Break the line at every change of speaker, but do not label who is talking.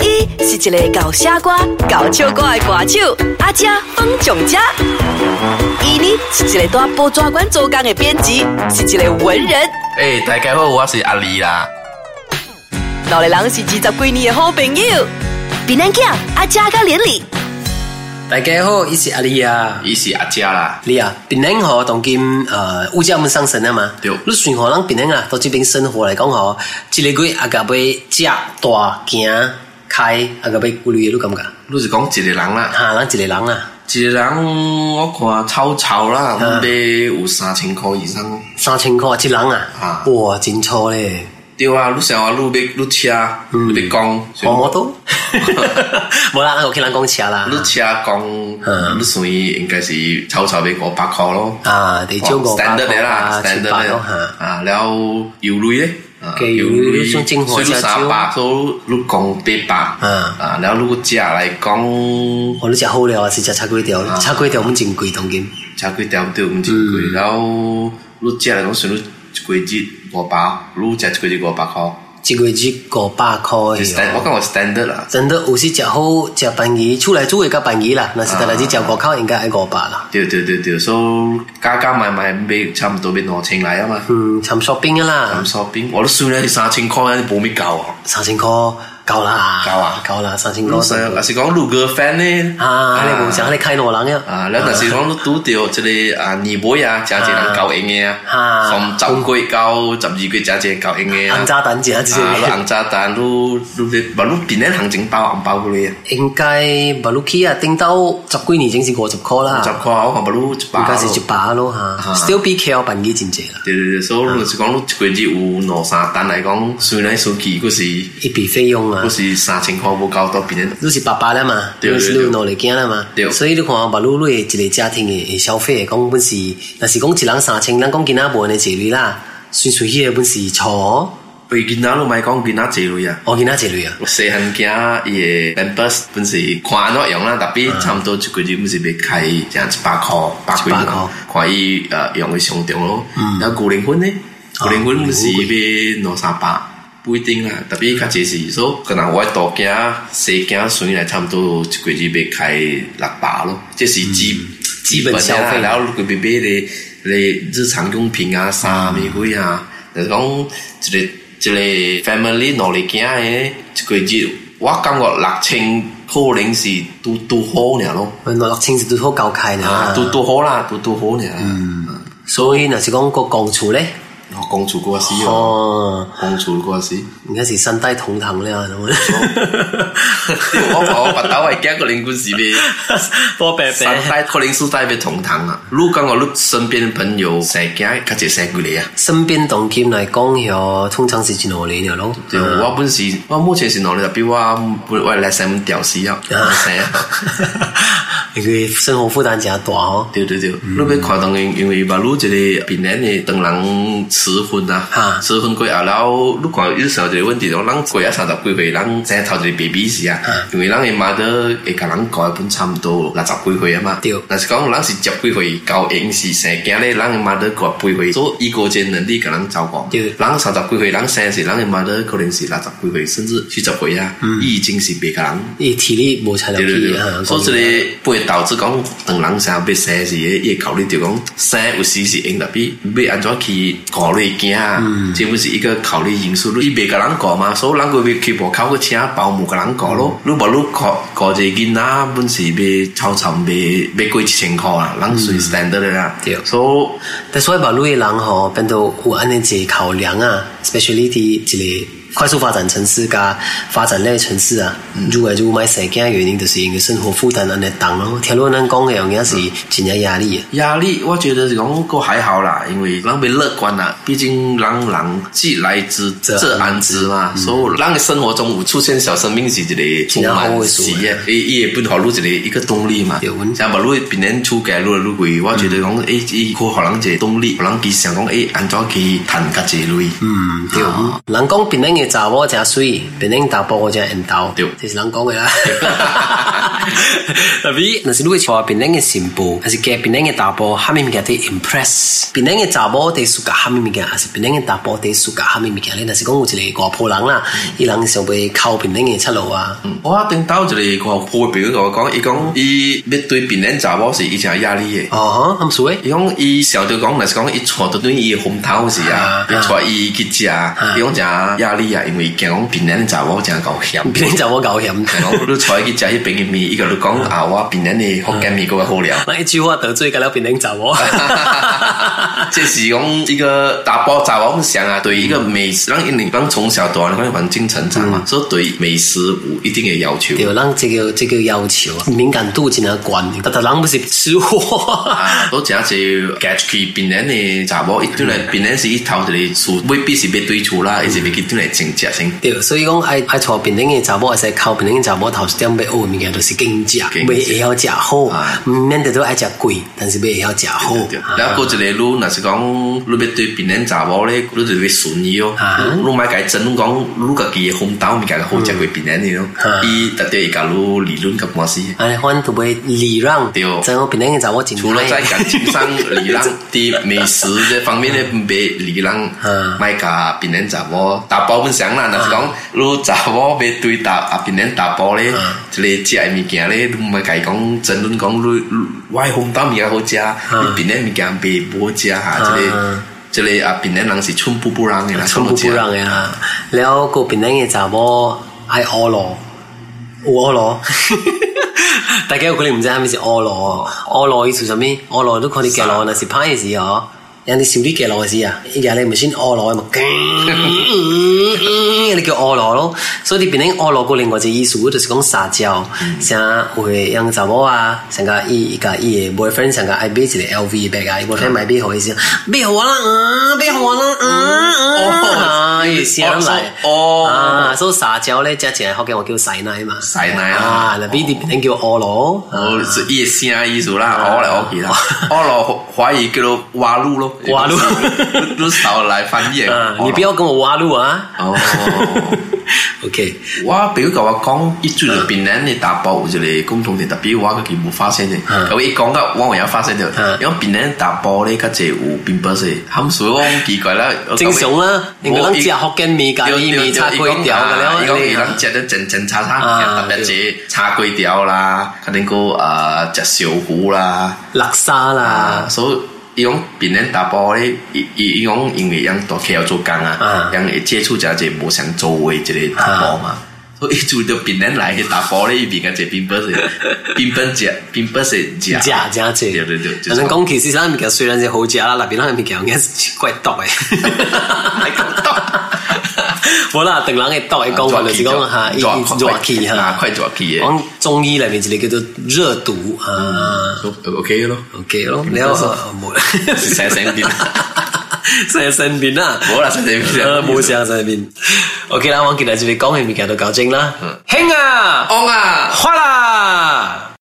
伊是一个搞傻歌、搞笑歌的歌手，阿姐方强家。伊呢是一个在报纸馆做工的编辑，是一个文人。
诶、大家好，我是阿丽啦。
两个人是二十几年的好朋友。比咱囝阿姐甲连理，
大家好，我是阿丽啊。
伊是阿姐啦，
丽啊，槟榔吼，当今呃物价们上升了嘛？
对
你算吼，咱槟榔啊，到这边生活来讲吼，一个月阿个要食大行开，阿个要几类你感觉？
你是讲一个人啦，
哈、咱一个人啊，
一个人我看超潮啦，
嗯
买有三千块以上。
三千块一人啊，
啊
哇，真粗咧，
对啊，你想啊，你买你车，
嗯
你买讲，
我我都， 无啦，咱有去咱讲车啦
你，车讲，
嗯
你算应该是超潮买五百块咯。哦
啊，得少五百
standard
块
的啦
啊，
，standard
七百
的
咯哈，
啊，了油类咧。啊
给油类你算精华
所以你
加
三
酒
百，所以你讲八百，
啊
啊，然后如果价来讲，
我你食好料啊，是食差几条，差几条我们真贵当今，
差几条对唔真贵，然后你价来讲，算你一个月五百，你食一个月五百块，
一个月五百块
就
的
stand，我
哦。
感觉 standard 啦，
真的有时食好食便宜，厝内煮会较便宜啦。
啊
若是单单只食外口应该爱五百啦。
对对对对，所以加加埋埋买差唔多要两千来啊嘛，
嗯，参 shopping 啊啦
咁，shopping，我都算咧三千块，你冇咩夠啊？
三千块够啦，
夠啊
够啦，三千
老實若
块。
是講如果 friend 咧，
啊，你无想你开两人呀？
啊，咱若是讲拄着即个啊年尾啊，真侪人交应嘅啊，
啊
从十月到十二月真侪人交应嘅
红
啊。
炸弹食即
啊，你
个，
红炸弹，你你无你变咧行情包红包嗰类
应该无路去啊，顶到十几年前是五十块
啊，十
啦，
块啊我看无你一百
应该
咯。
是一百咯哈，still 比 K 便宜真济啦，
对对对，所以若是講你一個月有兩三單嚟講，算嚟算去，
啊
嗰是
一笔费用啊
嗰。是三千塊冇交到變咧。
你是爸爸了嘛，
对
你
对
是
对
你有努力囝了嘛
对，
所以你看，把你你的一个家庭的的消费，讲本是，若是讲一人三千，咱讲今仔无的一类啦，算算迄个本是错哦，
被囡仔都咪講囡仔坐類啊。
哦今仔一类啊，
我细汉囝伊诶 members 本是看安怎用啦，特别差毋多一个月本是要开正一百箍，百几
100
啦
啊块，嗯
看伊呃用诶上中咯。然后旧零分呢，旧
哦
零分本是要两三百，不一定啦，特别较济是所以可能我的大囝、细囝算起来差毋多一个月要开六百咯，这是基
嗯基本消费
的啦然后如果别别咧咧日常用品啊、衫咪鬼啊，
嗯
就是讲一个一个 family 努力囝诶，一个月我感觉六千可能是拄拄好尔咯，
阮六千是拄好交开
啊，
啦，
拄拄好啦，拄拄好尔。嗯，
所以若是讲个公厝咧，
我公主过死哦，
哦，
公主过死。
应该是三代同堂了，啊懂吗？
我我我斗系惊可能故事咩？
多白
三代可能四代要同堂啊！如果我你身边的朋友生囝，较济生几个啊？
身边同金来讲，吼，通常是真努力了咯，
对，我本是，我目前是努力，特别我我我来生屌丝啊，生啊，
因为生活负担真大哦。
对对对，你要看当因因为吧，你一个闽南的当人迟婚啊
哈，
迟婚过后，然后你看有时候一个问题，讲咱过啊三十几岁，咱生头一个 baby 时啊，因为咱的 mother 会甲咱教一本差唔多六十几岁啊嘛，
对
但是讲咱是十几岁教婴是生囝咧，咱的 mother 教八岁，所以伊个这能力甲咱照顾，
对
咱三十几岁，咱生是咱的 mother 可能是六十几岁，甚至七十岁啊，
嗯
伊已经是别个人。
伊体力无差落
对对
去
对
啊，，
嗯所以这个不会导致讲当人生要生时，也考虑到讲生有时是应特别要安怎去考虑囝，这不是一个考虑因素。你别个人讲嘛，所以人个要去外口去请保姆个人讲咯。你无你搞搞一个囡仔，本是要超长要要过一千块啊，人随 standard 的啦。
对
所
但所以把路的人吼，变到有安尼一个考量啊，especially 伫一个快速发展城市加发展类的城市啊，如果如买生囝的原因，就是因为生活负担安尼重咯。听落咱讲的，有影是真正压力的。
以压力，我觉得是讲个还好啦，因为人别乐观啦，毕竟人人既来之
则
则安之嘛，所以人的生活中有出现小生命是一个充满喜悦，伊伊也不好入一个一个动力嘛
对阮。
像把路别人出街路路贵，我觉得讲诶，伊可互人一个动力，互人去想讲诶，安怎去趁较济类。嗯，
对，人讲槟榔嘅嘅查某真水，变定打波我真唔到，
對
这是人讲嘅啦。 特別若是你會坐邊頂嘅船部，若是嘅邊頂嘅大波，下面物件啲 impress，邊頂嘅查某啲暑假下面物件，還是邊頂嘅大波啲暑假下面物件咧？若是講有一個外婆人啦，伊人上會靠邊頂嘅出路啊。
我顶到一个我配表我讲，伊讲伊要对别人查某是伊真有压力嘅。
哦，咁所以
伊讲伊小弟讲，若是讲伊娶到对伊红头时啊
啊，
伊娶伊去食，伊讲真压力啊，因为惊讲别人查某真够嫌。
邊頂就我搞險。
讲你娶去食迄边嘅面，伊甲你讲啊，我别人嘅福建
嗯
面够好料。
那一句話得罪㗎啦，邊頂就我。
这是讲一个打包杂我们想啊，对一个美食，让你让从小到大的环境成长嘛，所以对美食有一定的要求。
嗯对，咱这个这个要求啊，敏感度真系悬，但但人不是吃货。
啊，都真是家去别人的查某，一转
嗯
来别人是一头一个厝，未必是要对厝啦，而是要去转来整食先。
对，所以讲爱爱坐边顶嘅查某，会使靠边顶嘅查某头一点要学嘅物件，就是经济，
经济
未会晓食好，
啊
唔免得都爱食贵，但是未会晓食好。
对
啊
然后过一个，你若是讲你要对别人查某咧，你就要顺伊哦
啊。
你莫甲伊争论讲，你家己的红豆物件好食过别人的咯
啊。
伊特别会甲你理论甲官司。
安尼，阮都袂礼让，
对
真我边顶嘅查某真
除了在
歹。
感情上礼让的美食这方面呢，别礼让
嗯，
卖甲别人查某打包分享啦，若是讲如查某别对打啊别人打包咧，一个食的物件咧，你莫甲伊讲争论讲你你我的红豆物件好食，你别人物件别无食哈，
嗯
这个这个啊别人人是寸步不让的啦，
寸步不让
的。
嘅啦。了个边顶嘅查某爱恶咯，有恶咯。大家有可能唔知係咪是惡羅，惡羅意思什麼？惡羅都可能嘅羅，那是歹嘅事哦。人哋少啲嘅羅事啊，而家你咪先惡羅，咪 你叫惡羅咯。所以你變成惡羅個另外一個意思，就是講撒嬌，像會養查某啊，像個伊伊個伊嘅 boyfriend，像個愛買一個 LV bag 啊，伊 boyfriend 買俾好意思，俾我啦，嗯，俾我啦，嗯嗯，啊，意思咁嚟，
哦
啊，所以撒嬌咧，即係福建話叫洗奶嘛，
使奶啊！
啊，那边啲人叫俄罗，
哦，是一些啊意思啦，我来我去啦，我老华语叫做挖路咯，
挖路
都少来翻译。
啊，你不要跟我挖路啊。
哦，
OK，
我比如甲我讲，伊做着闽南的打包有一个共同点，特别我家己冇发现的，
嗯
咁伊讲到我也有发现着
嗯，
因为闽南打包咧，较侪有并不是，含所以我很奇怪啦，
正常啦，你讲食福建面、咖
对
喱
对
面、叉
对
粿条
伊讲啊
嘅
伊讲伊
了，
人食得整整叉叉，
啊
特别是叉粿条啦，可能个啊食小糊啦。
辣沙啦
啊，，所以伊讲别人打包咧，伊伊伊讲因为人大企业做工啊
啊，
人会接触者就无想做位一个打包嘛。所以做到别人来去打包咧，伊边个就并不是，并不是食，并不是食啊
食真济。
对对对，就
反
是
正讲其实咱物件虽然是好食啦，内边咱物件应该是怪毒嘅。无啦，邓人嘅毒嘅讲法就是讲吓，伊热气
啊
吓，，
快热气嘅
讲中医里面一个叫做热毒啊。
，OK 咯，
OK 咯，你好， 冇
是生生 病，
成身邊啦，
冇啦，生生病，
呃冇成身邊。OK 啦，我今日就嚟講嘅物件就搞清啦。興啊，
昂啊，
花啦！